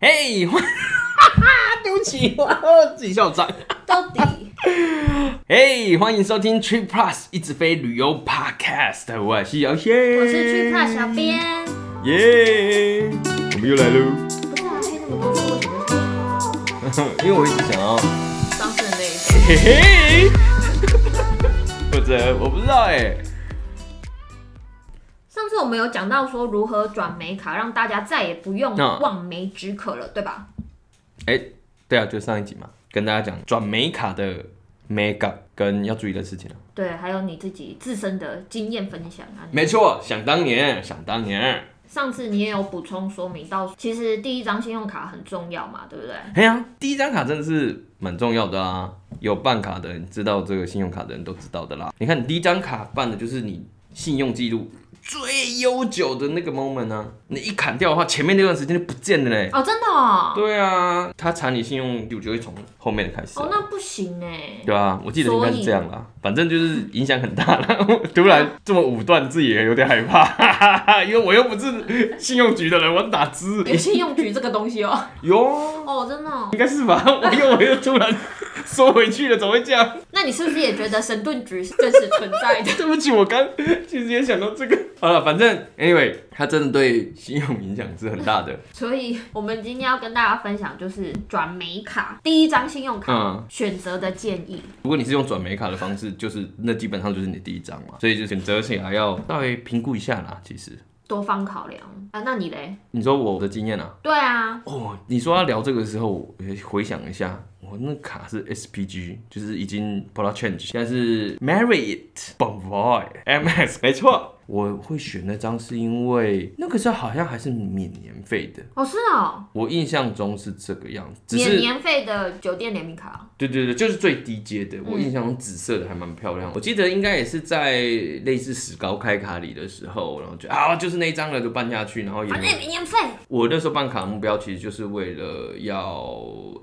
嘿， 哈哈，对不起，我自己笑场。到底嘿、欢迎收听 Trip Plus 一直飞旅游 Podcast，我是姚轩，我是 t r i p l u s 小编，耶我们又来喽，不是啊，黑那么多次为什么 因为我一直想要，是上升那一次？嘿嘿，或者我不知道哎、上次我们有讲到说如何转美卡，让大家再也不用嗯望梅止渴了，对吧？哎、对啊，就上一集嘛，跟大家讲转美卡的 make up 跟要注意的事情啊。对，还有你自己自身的经验分享啊。没错，想当年，想当年，上次你也有补充说明到，其实第一张信用卡很重要嘛，对不对？哎呀、第一张卡真的是蛮重要的啊！有办卡的人知道这个信用卡的人都知道的啦。你看，你第一张卡办的就是你信用记录最悠久的那个 moment 啊，你一砍掉的话，前面那段时间就不见了嘞。哦，真的哦，对啊，他查你信用记录就会从后面的开始啊、哦，那不行哎。对啊，我记得应该所是以这样啦，反正就是影响很大啦。 我突然这么武断，自己也有点害怕， 因为我又不是信用局的人，我哪知？有信用局这个东西哦，哟， 哦，真的哦。应该是吧？我又我又突然缩回去了，怎么会这 样？那你是不是也觉得神盾局是真实存在的？对不起，我刚其实也想到这个。好了，反正 anyway，它真的对信用影响是很大的。所以，我们今天要跟大家分享就是转美卡第一张信用卡、嗯选择的建议。如果你是用转美卡的方式，就是那基本上就是你第一张嘛，所以就选择起来要稍微评估一下啦。其实多方考量啊，那你嘞？你说我的经验啊，对啊，哦，你说要聊这个时候，我回想一下，我那卡是 SPG，就是已经 p o l a Change，现在是 Marriott Bonvoy MS，没错。我会选那张是因为那个时候好像还是免年费的，哦是哦，我印象中是这个样子，只免是年费的酒店联名卡，对对对，就是最低阶嗯的，我印象中紫色的还蛮漂亮，我记得应该也是在类似史高开卡里的时候，然后就啊就是那一张了就办下去，然后也反没正免年费。我那时候办卡的目标其实就是为了要，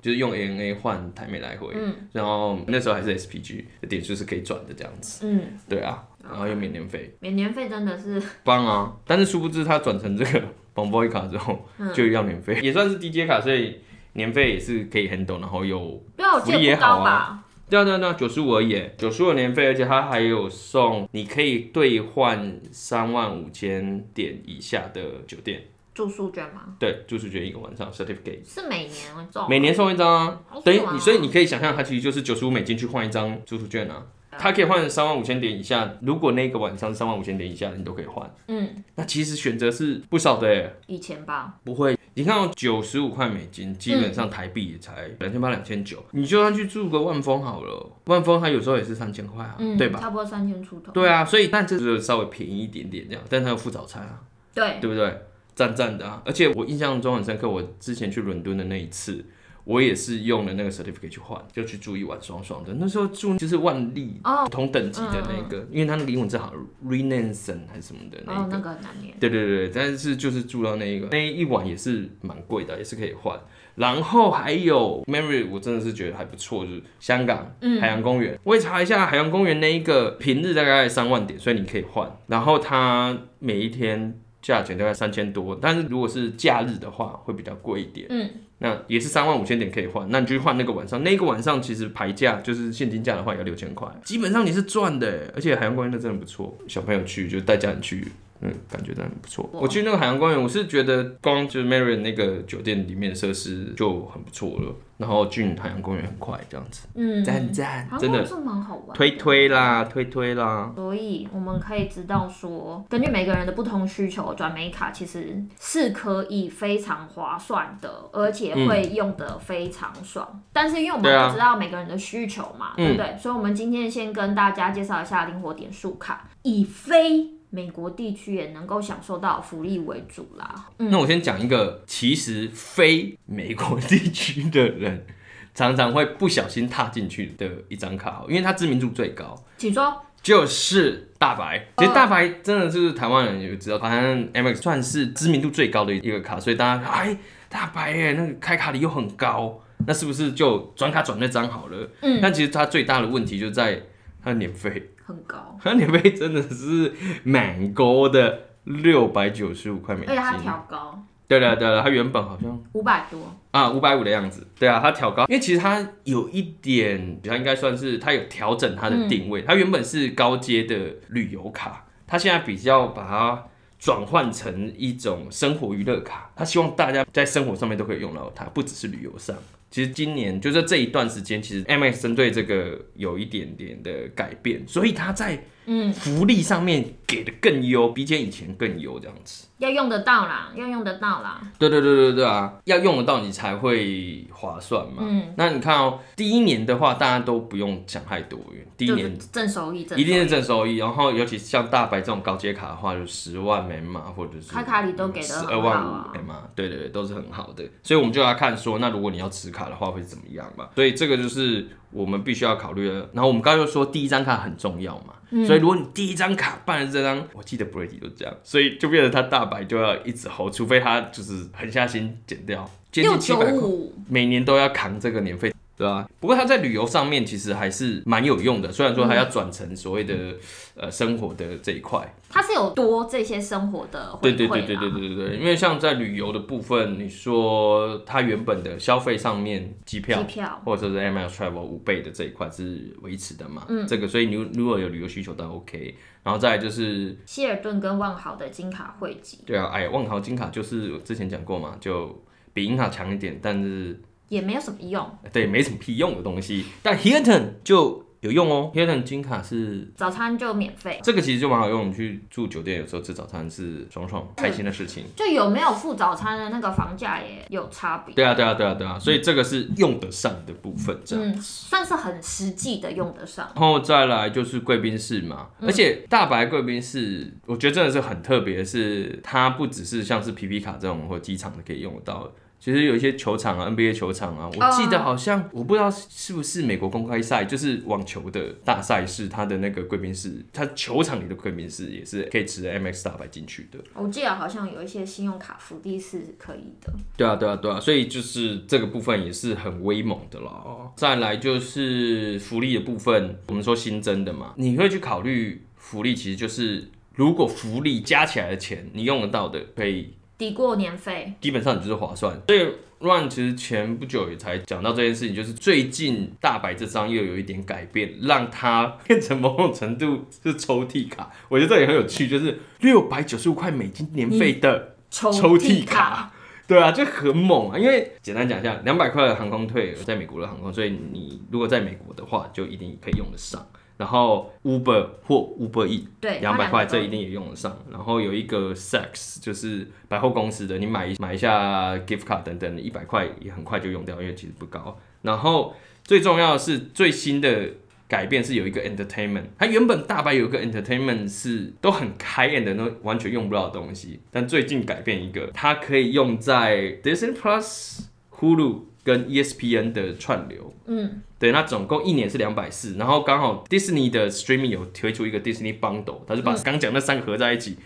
就是用 ANA 换台美来回，嗯然后那时候还是 SPG 的点就是可以转的这样子，嗯，对啊，然后又免年费，免年费真的是棒啊！但是殊不知他转成这个 Bomboy 卡之后就要年费，也算是低阶卡，所以年费也是可以 handle，然后又对啊，我记福利得也不高好吧？啊对啊对啊对啊，九十五而已，九十五年费，而且它还有送你可以兑换三万五千点以下的酒店，住宿券吗？对，住宿券一个晚上 certificate。是每年我中，每年送一张啊好爽啊，等于你，所以你可以想象，它其实就是九十五美金去换一张住宿券啊，它可以换三万五千点以下，如果那个晚上三万五千点以下，你都可以换。嗯，那其实选择是不少的耶，以前吧，不会。你看哦，九十五块美金，基本上台币也才两千八、两千九。你就算去住个万丰好了，万丰它有时候也是三千块啊，嗯，对吧？差不多三千出头，对啊，所以但这就是稍微便宜一点点这样，但它有附早餐啊。对，对不对？赞赞的啊！而且我印象中很深刻，我之前去伦敦的那一次，我也是用了那个 certificate 去换，就去住一晚爽爽的。那时候住就是万丽哦同等级的那个，因为它那个英文字好像 Renaissance 还是什么的那哦一，个。那个很难念，对对对，对但是就是住到那一个那一晚也是蛮贵的，也是可以换。然后还有 Mary，我真的是觉得还不错，就是香港嗯海洋公园。我也查一下海洋公园那一个平日大概三万点，所以你可以换。然后它每一天价钱大概三千多，但是如果是假日的话会比较贵一点。嗯，那也是三万五千点可以换，那你就去换那个晚上，那个晚上其实牌价就是现金价的话也要六千块，基本上你是赚的耶，而且海洋公园那真的不错，小朋友去就带家人去。嗯，感觉真的很不错。哇我去那个海洋公园，我是觉得光就是 Marion 那个酒店里面的设施就很不错了，然后进海洋公园很快这样子，嗯，赞赞、好真像的是蛮好玩的，推推啦，推推啦。所以我们可以知道说，根据每个人的不同需求，转美卡其实是可以非常划算的，而且会用的非常爽。但是因为我对啊们不知道每个人的需求嘛，嗯对不对？所以我们今天先跟大家介绍一下灵活点数卡，以非美国地区也能够享受到福利为主啦。嗯，那我先讲一个，其实非美国地区的人常常会不小心踏进去的一张卡，因为它知名度最高，请说。就是大白。其实哦大白真的就是台湾人也知道，反正 MX 算是知名度最高的一个卡，所以大家哎大白耶，那个开卡率又很高，那是不是就转卡转那张好了？嗯，但其实它最大的问题就在它的年费。 很高，它年费真的是蛮高的，六百九十五块美而且它金。调高，对了对了，它原本好像五百多，啊，五百五的样子。对啊，它调高，因为其实它有一点，它应该算是它有调整它的定位。它原本是高阶的旅游卡，它现在比较把它转换成一种生活娱乐卡。它希望大家在生活上面都可以用到它，不只是旅游上。其实今年就是这一段时间，其实 M X 针对这个有一点点的改变，所以它在嗯，福利上面给的更优，比以前更优这样子。要用得到啦，要用得到啦，对对对对对啊，要用得到你才会划算嘛。嗯，那你看哦，第一年的话，大家都不用想太多，因为第一就是年正收益，正一定是收益正收益。然后尤其像大白这种高阶卡的话，就十万美码或者是开卡里都给的十很二好万五啊，美码，对对对，都是很好的。所以我们就要看说，那如果你要持卡的话，会怎么样嘛？所以这个就是我们必须要考虑的。然后我们刚刚又说第一张卡很重要嘛，所以如果你第一张卡办了这张，我记得 Brady 都这样，所以就变成他大白就要一直吼，除非他就是狠下心减掉，接六近七九百块。五，每年都要扛这个年费，对啊，不过它在旅游上面其实还是蛮有用的，虽然说它要转成所谓的、呃生活的这一块。它是有多这些生活的回对馈对对对啦对对对对，因为像在旅游的部分，你说它原本的消费上面，机票。机票，或者是 M L Travel 五倍的这一块是维持的嘛？嗯，这个所以你如果有旅游需求都 OK，然后再来就是希尔顿跟万豪的金卡汇集对啊，哎，万豪金卡就是我之前讲过嘛，就比银卡强一点，但是也没有什么用，对，没什么屁用的东西。但 Hilton 就有用哦，Hilton 金卡是早餐就免费。这个其实就蛮好用，你去住酒店有时候吃早餐是爽爽开心的事情。就有没有付早餐的那个房价也有差别，对啊，对啊，对啊，对啊，所以这个是用得上的部分，这样。嗯，算是很实际的用得上。然后再来就是贵宾室嘛，而且大白贵宾室，我觉得真的是很特别，是它不只是像是皮皮卡这种或机场的可以用得到的。其实有一些球场啊，NBA 球场啊，我记得好像我不知道是不是美国公开赛，就是网球的大赛事，它的那个贵宾室，它球场里的贵宾室也是可以持 MX 大白进去的。我记得好像有一些信用卡福利是可以的，对啊，对啊，对啊，所以就是这个部分也是很威猛的啦。再来就是福利的部分，我们说新增的嘛，你会去考虑福利，其实就是如果福利加起来的钱你用得到的，可以抵过年费，基本上你就是划算。所以 Run 其实前不久也才讲到这件事情，就是最近大白这张又有一点改变，让它变成某种程度是抽屉卡。我觉得这也很有趣，就是六百九十五块美金年费的。抽抽屉屉卡。 对啊，这很猛啊！因为简单讲一下，两百块的航空退在美国的航空，所以你如果在美国的话，就一定可以用得上。然后 Uber 或 Uber E，对，两百它块个都这一定也用得上。然后有一个 Sex，就是百货公司的，你买一买一下 gift card 等等，一百块也很快就用掉，因为其实不高。然后最重要的是最新的改变是有一个 entertainment，它原本大白有一个 entertainment 是都很开 end 的，都完全用不到的东西，但最近改变一个，它可以用在 Disney Plus、Hulu 跟 E ESPN 的串流。嗯，对，那总共一年是两百四，然后刚好 Disney 的 streaming 有推出一个 Disney Bundle，它就把刚讲那三个合在一起，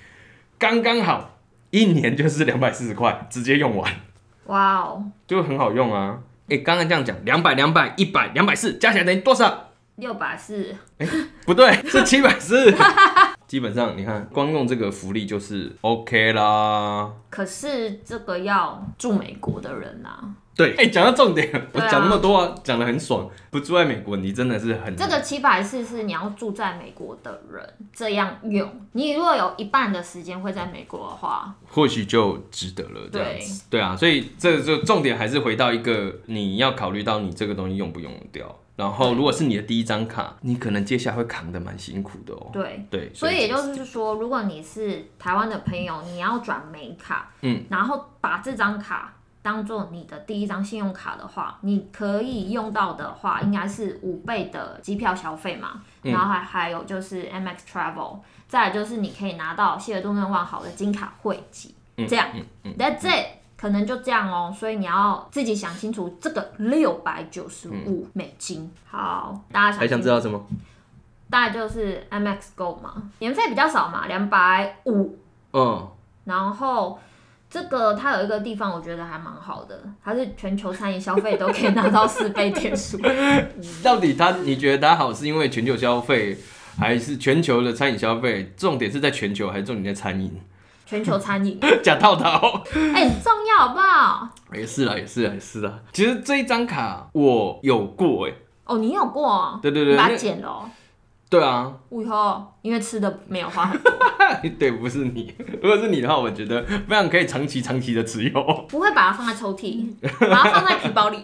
刚刚好一年就是两百四十块，直接用完，哇哦，就很好用啊。诶，刚刚这样讲，两百、两百、一百、两百四，加起来等于多少？六百四，不对， 是七百四。基本上你看，光用这个福利就是 OK 啦。可是这个要住美国的人啊，对，哎、讲到重点，我对啊讲那么多、啊，讲的很爽。不住在美国，你真的是很这个七百四是你要住在美国的人这样用，你如果有一半的时间会在美国的话，或许就值得了这样子。对啊，所以这就重点还是回到一个，你要考虑到你这个东西用不用得掉。然后，如果是你的第一张卡，你可能接下来会扛得蛮辛苦的哦。对，对，所以也就是说，如果你是台湾的朋友，你要转美卡，嗯，然后把这张卡当做你的第一张信用卡的话，你可以用到的话，应该是五倍的机票消费嘛，嗯然后还还有就是 MX Travel，再来就是你可以拿到希尔顿跟万豪的金卡汇集，嗯这样、That's it。可能就这样哦，所以你要自己想清楚这个六百九十五美金。好，大家想嗯还清想楚知道什么？大概就是 MX Go 嘛，年费比较少嘛，两百五。嗯，然后这个它有一个地方我觉得还蛮好的，它是全球餐饮消费都可以拿 到四倍点数。到底它你觉得它好是因为全球消费，还是全球的餐饮消费？重点是在全球，还是重点在餐饮？ 全球餐饮，假套套。哎、很重要好不好？也是啦，也是啦，也是啦。其实这一张卡我有过哎、哦，你有过、哦，对对你对，把它那剪了、哦。对啊，以后因为吃的没有花很多， 对，不是你。如果是你的话，我觉得非常可以长期长期的持有。 不会把它放在抽屉，把它放在皮包里。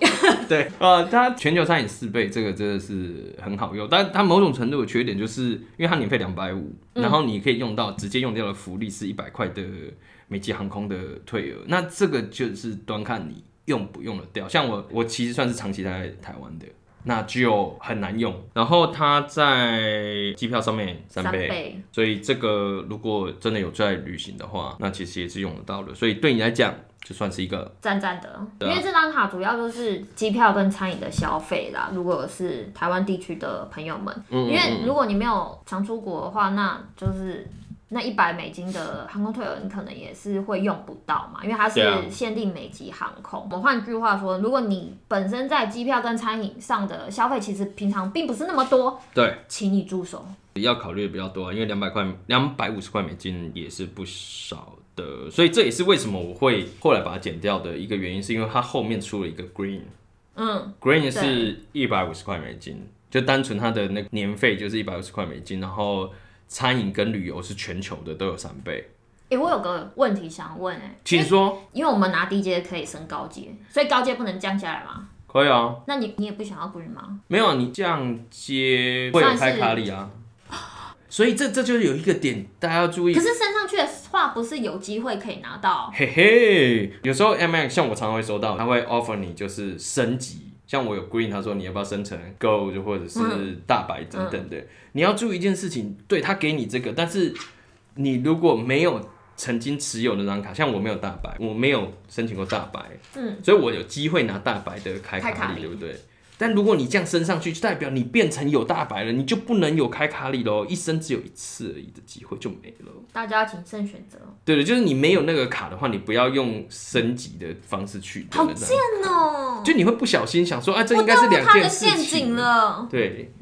对，啊，它全球餐饮四倍，这个真的是很好用，但它某种程度的缺点就是，因为它年费两百五，然后你可以用到直接用掉的福利是一百块的美籍航空的退额，那这个就是端看你用不用得掉。像我，我其实算是长期待在台湾的。那就很难用，然后它在机票上面三倍，倍，所以这个如果真的有在旅行的话，那其实也是用得到的。所以对你来讲，就算是一个赞赞的。因对啊为这张卡主要就是机票跟餐饮的消费啦。如果是台湾地区的朋友们，嗯因为如果你没有常出国的话，那就是。那一百美金的航空退额，你可能也是会用不到嘛，因为它对啊是限定美籍航空。我们换句话说，如果你本身在机票跟餐饮上的消费，其实平常并不是那么多，对请你住手。要考虑的比较多啊，因为两百块、两百五十块美金也是不少的。所以这也是为什么我会后来把它减掉的一个原因，是因为它后面出了一个 Green，嗯， Green 是一百五十块美金，就单纯它的那个年费就是一百五十块美金，然后餐饮跟旅游是全球的都有三倍。诶、我有个问题想问、诶，请说，因为我们拿低阶可以升高阶，所以高阶不能降下来嘛。可以啊，那你你也不想要 green 吗？没有，啊你这样接会有开卡里啊。所以这这就是有一个点大家要注意可，是升上去的话，不是有机会可以拿到？嘿嘿，有时候 M X 像我常常会收到，他会 offer 你就是升级，像我有 Green，他说你要不要升成 Gold 或者嗯是大白等等的。你要注意一件事情，对他给你这个，但是你如果没有曾经持有的那张卡，像我没有大白，我没有申请过大白，嗯，所以我有机会拿大白的开开卡卡礼礼，对不对？但如果你这样升上去，就代表你变成有大白了，你就不能有开卡礼喽，一生只有一次而已的机会就没了。大家要谨慎选择。对的，就是你没有那个卡的话，你不要用升级的方式去好用那张贱哦、就你会不小心想说，啊，这我应该是掉入两他的件事陷阱情。了。对，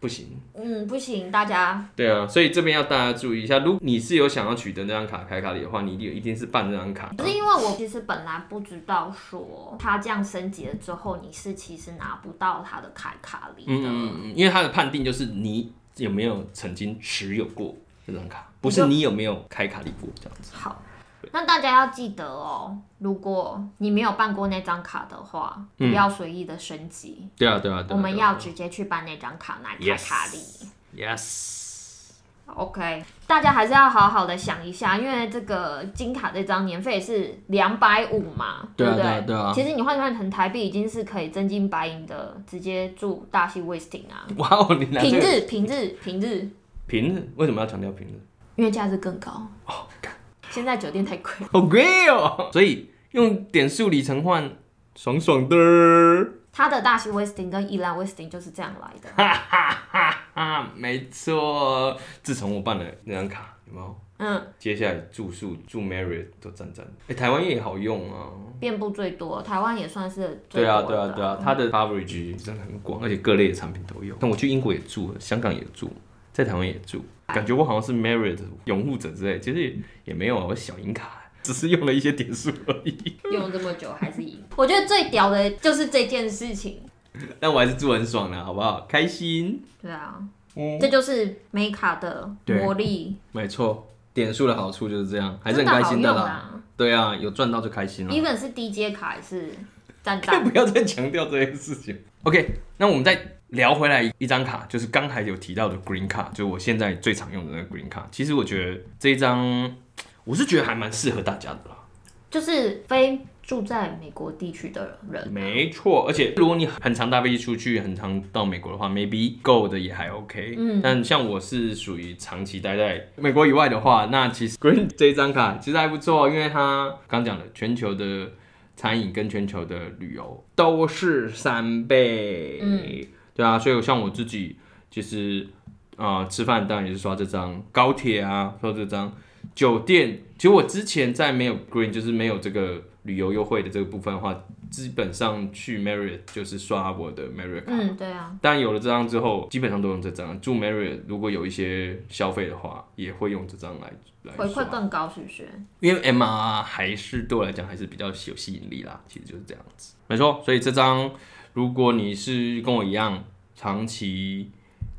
不行。嗯，不行，大家对啊，所以这边要大家注意一下，如果你是有想要取得那张卡开卡里的话，你一定一定是办那张卡。可是因为我其实本来不知道说他这样升级了之后，你是其实拿不到他的凯卡里的。嗯嗯嗯，因为它的判定就是你有没有曾经持有过这张卡，不是你有没有开卡里过这样子。好，那大家要记得哦，如果你没有办过那张卡的话，不要随意的升级，对啊，对啊，嗯对啊。我们要直接去办那张卡拿卡卡里。 yes， OK，大家还是要好好的想一下，因为这个金卡这张年费是两百五嘛，对啊不对？对啊对啊其实你换算成台币，已经是可以真金白银的直接住大溪 Westin 啊。哇哦，你拿平这个日平日平日，平日为什么要强调平日？因为假日更高。现在酒店太贵。好贵哦！所以用点数里程换，爽爽的它的大溪 Westin 跟宜兰 Westin 就是这样来的。啊！没错，自从我办了那张卡，有没有？嗯，接下来住宿住 Marriott 都赞赞的，哎、台湾也好用啊。遍布最多，台湾也算是最对啊，多的对啊，对啊，它的 coverage 真的很广，而且各类的产品都有。但我去英国也住了，香港也住，在台湾也住，感觉我好像是 Marriott 的拥护者之类，其实也也没有啊，我小银卡，只是用了一些点数而已。用这么久还是赢。我觉得最屌的就是这件事情。但我还是住很爽的，好不好？开心。对啊，嗯，这就是美卡的魔力，没错，点数的好处就是这样，还是真很的开好心用啦。啊。对啊，有赚到就开心了。 even 是低阶卡也是赞 赞。不要再强调这件事情。OK，那我们再聊回来一张卡，就是刚才有提到的 Green 卡，就是我现在最常用的那个 Green 卡。其实我觉得这一张，我是觉得还蛮适合大家的啦。就是非住在美国地区的人，啊没错，而且如果你很常搭飞机出去，很常到美国的话，maybe go 的也还 OK。嗯，但像我是属于长期待在美国以外的话，那其实 Green 这一张卡其实还不错，因为它刚讲了全球的餐饮跟全球的旅游都是三倍。嗯，对啊，所以像我自己其实啊、呃吃饭当然也是刷这张，高铁啊刷这张，酒店其实我之前在没有 Green 就是没有这个旅游优惠的这个部分的话，基本上去 Marriott 就是刷我的 Marriott 卡。嗯，对啊，但有了这张之后，基本上都用这张。住 Marriott 如果有一些消费的话，也会用这张来来啊回刷馈更高是不是？因为 MR 还是对我来讲还是比较有吸引力啦，其实就是这样子，没错。所以这张，如果你是跟我一样长期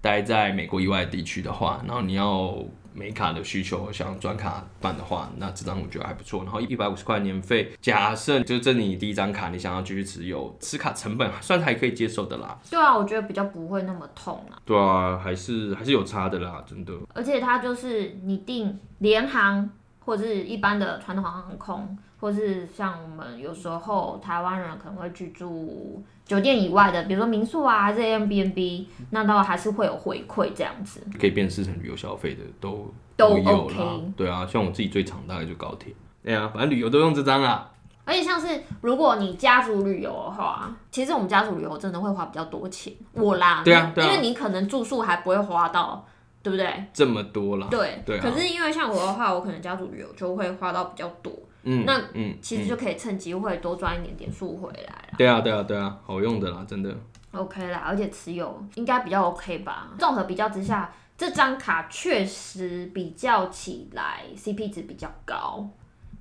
待在美国以外的地区的话，然后你要美卡的需求，想转卡办的话，那这张我觉得还不错。然后一百五十块年费，假设就是这你第一张卡，你想要继续持有，持卡成本算是还可以接受的啦。对啊，我觉得比较不会那么痛啊，对啊，还是还是有差的啦，真的。而且它就是你订联航或者是一般的传统航空，或是像我们有时候台湾人可能会去住酒店以外的，比如说民宿啊，还是 Airbnb，那到还是会有回馈这样子。可以辨识成旅游消费的都都有 OK 啦。对啊，像我自己最常大概就高铁。对啊，反正旅游都用这张啊啦。而且像是如果你家族旅游的话，其实我们家族旅游真的会花比较多钱，我啦，对啊对啊因为你可能住宿还不会花到，对不对？这么多啦。对，对啊可是因为像我的话，我可能家族旅游就会花到比较多，嗯，那嗯，其实就可以趁机会多赚一点点数回来对啊，对啊，对啊，好用的啦，真的。 ，OK 啦。而且持有应该比较 OK 吧？综合比较之下，这张卡确实比较起来 CP 值比较高。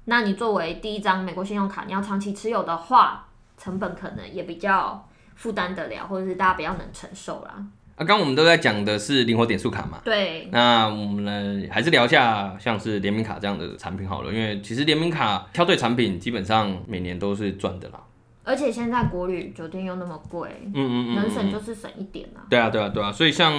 那你作为第一张美国信用卡，你要长期持有的话，成本可能也比较负担得了，或者是大家比较能承受啦。啊，刚刚我们都在讲的是灵活点数卡嘛。对，那我们呢，还是聊一下像是联名卡这样的产品好了，因为其实联名卡挑对产品，基本上每年都是赚的啦。而且现在国旅酒店又那么贵，嗯嗯嗯，能省就是省一点啦。对啊，对啊，对啊，所以像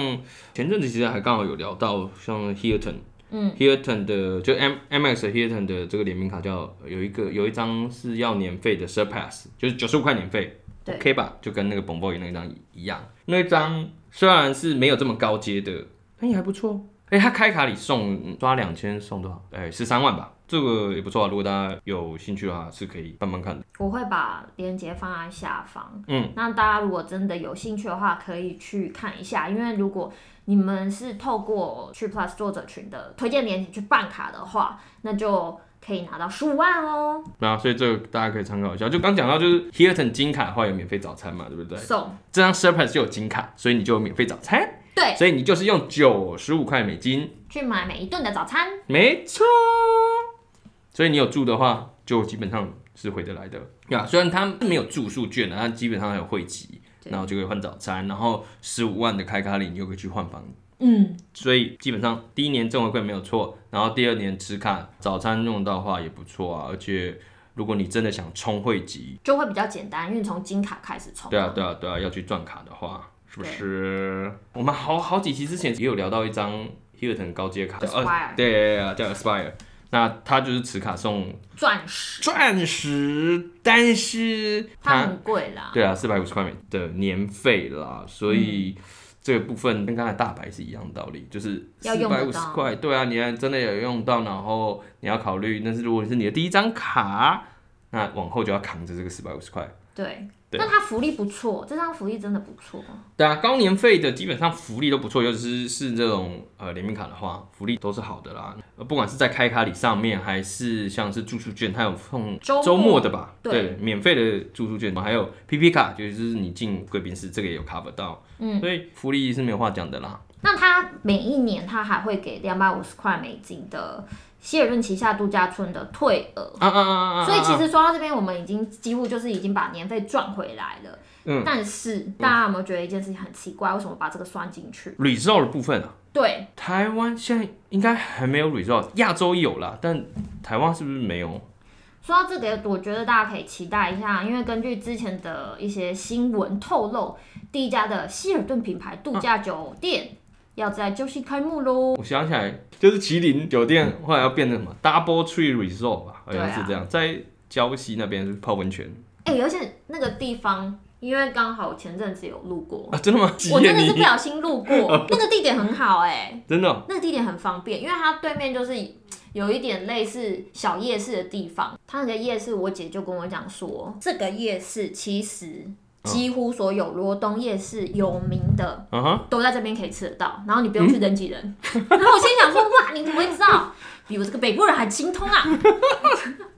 前阵子其实还刚好有聊到像 Hilton，嗯，Hilton 的就 M M X Hilton 的这个联名卡叫有一个有一张是要年费的 Surpass，就是九十五块年费对，OK 吧？就跟那个 b o n b o y 那张一样，那张虽然是没有这么高阶的，但也还不错。哎、他开卡里送嗯抓两千送多少？哎、十三万吧，这个也不错啊。如果大家有兴趣的话，是可以慢慢看的。我会把链接放在下方。嗯，那大家如果真的有兴趣的话，可以去看一下。因为如果你们是透过去 Plus 作者群的推荐链接去办卡的话，那就可以拿到十五万哦，那、所以这个大家可以参考一下。就刚讲到就是 Hilton 金卡的话有免费早餐嘛，对不对？送。这张 Surprise 就有金卡，所以你就有免费早餐，对，所以你就是用九十五块美金，去买每一顿的早餐。没错。所以你有住的话，就基本上是回得来的呀。虽然它没有住宿券啊，它基本上还有汇集，对然后就可以换早餐，然后十五万的开卡里你又可以去换房。嗯，所以基本上第一年挣回馈没有错，然后第二年吃卡早餐用到的话也不错啊。而且如果你真的想冲汇集，就会比较简单，因为从金卡开始充。对啊，对啊，对啊，要去赚卡的话，是不是？我们好好几期之前也有聊到一张 Hilton 高阶卡，叫 Aspire 啊对呃对对，叫 Aspire。那它就是持卡送钻石钻石，但是它它很贵啦。对啊，四百五十块美的年费啦，所以。嗯这个部分跟刚才大白是一样的道理，就是要四用百得五到十块，对啊，你要真的有用到，然后你要考虑，但是如果是你的第一张卡，那往后就要扛着这个四百五十块，对，对那它福利不错，这张福利真的不错。对啊，高年费的基本上福利都不错，尤其是是这种呃联名卡的话，福利都是好的啦。呃不管是在开卡里上面，还是像是住宿券，它有送周末周末的吧？对免费的住宿券，还有 PP 卡，就是你进贵宾室，这个也有 cover 到。嗯，所以福利是没有话讲的啦。那它每一年它还会给两百五十块美金的希尔顿旗下度假村的退额，啊啊啊啊啊啊！所以其实说到这边，我们已经几乎就是已经把年费赚回来了。嗯，但是大家有没有觉得一件事情很奇怪？为什么把这个算进去？ result 的部分啊，对，台湾现在应该还没有 result，亚洲有啦，但台湾是不是没有？说到这个，我觉得大家可以期待一下，因为根据之前的一些新闻透露，第一家的希尔顿品牌度假酒店要在就西开幕喽。我想起来，就是麒麟酒店后来要变成什么 Double Tree Resort 吧，好像嗯对是啊这样，在礁溪那边就是泡温泉哎、而且那个地方，因为刚好前阵子有路过，啊，真的吗？我真的是不你小心路过，那个地点很好哎、真的哦、那个地点很方便，因为它对面就是有一点类似小夜市的地方。它那个夜市，我姐就跟我讲说，这个夜市其实几乎所有罗东夜市有名的。嗯哼， 都在这边可以吃得到，然后你不用去人挤人。然后我心想说，哇，你怎么会知道？比我这个北部人还精通啊！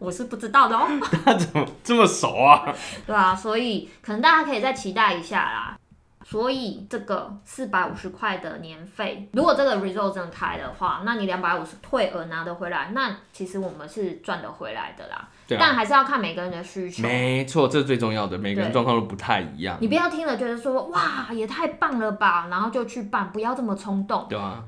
我是不知道的哦。他怎么这么熟啊？对啊，所以可能大家可以再期待一下啦。所以这个四百五十块的年费，如果这个 result 真的开的话，那你两百五十退额拿得回来，那其实我们是赚得回来的啦。对啊但还是要看每个人的需求。没错，这是最重要的，每个人对状况都不太一样，你不要听了觉得说哇也太棒了吧，然后就去办，不要这么冲动。对啊，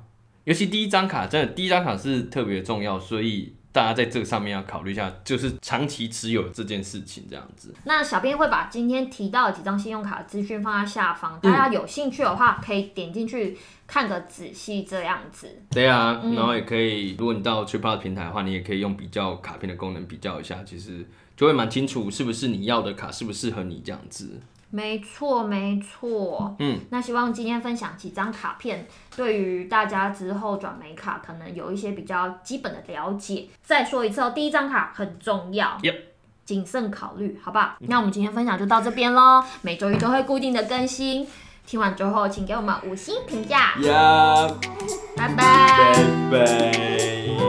尤其第一张卡，真的第一张卡是特别重要，所以大家在这个上面要考虑一下，就是长期持有这件事情这样子。那小编会把今天提到的几张信用卡的资讯放在下方，大嗯家有兴趣的话可以点进去看个仔细这样子。对啊，然后也可以，如果你到 TripAd 平台的话，你也可以用比较卡片的功能比较一下，其实就会蛮清楚是不是你要的卡适不适合你这样子。没错，没错。嗯，那希望今天分享几张卡片，对于大家之后转美卡可能有一些比较基本的了解。再说一次哦，第一张卡很重要。 Yep 谨慎考虑，好不好？那我们今天分享就到这边喽，每周一都会固定的更新。听完之后，请给我们五星评价，呀，拜拜。拜。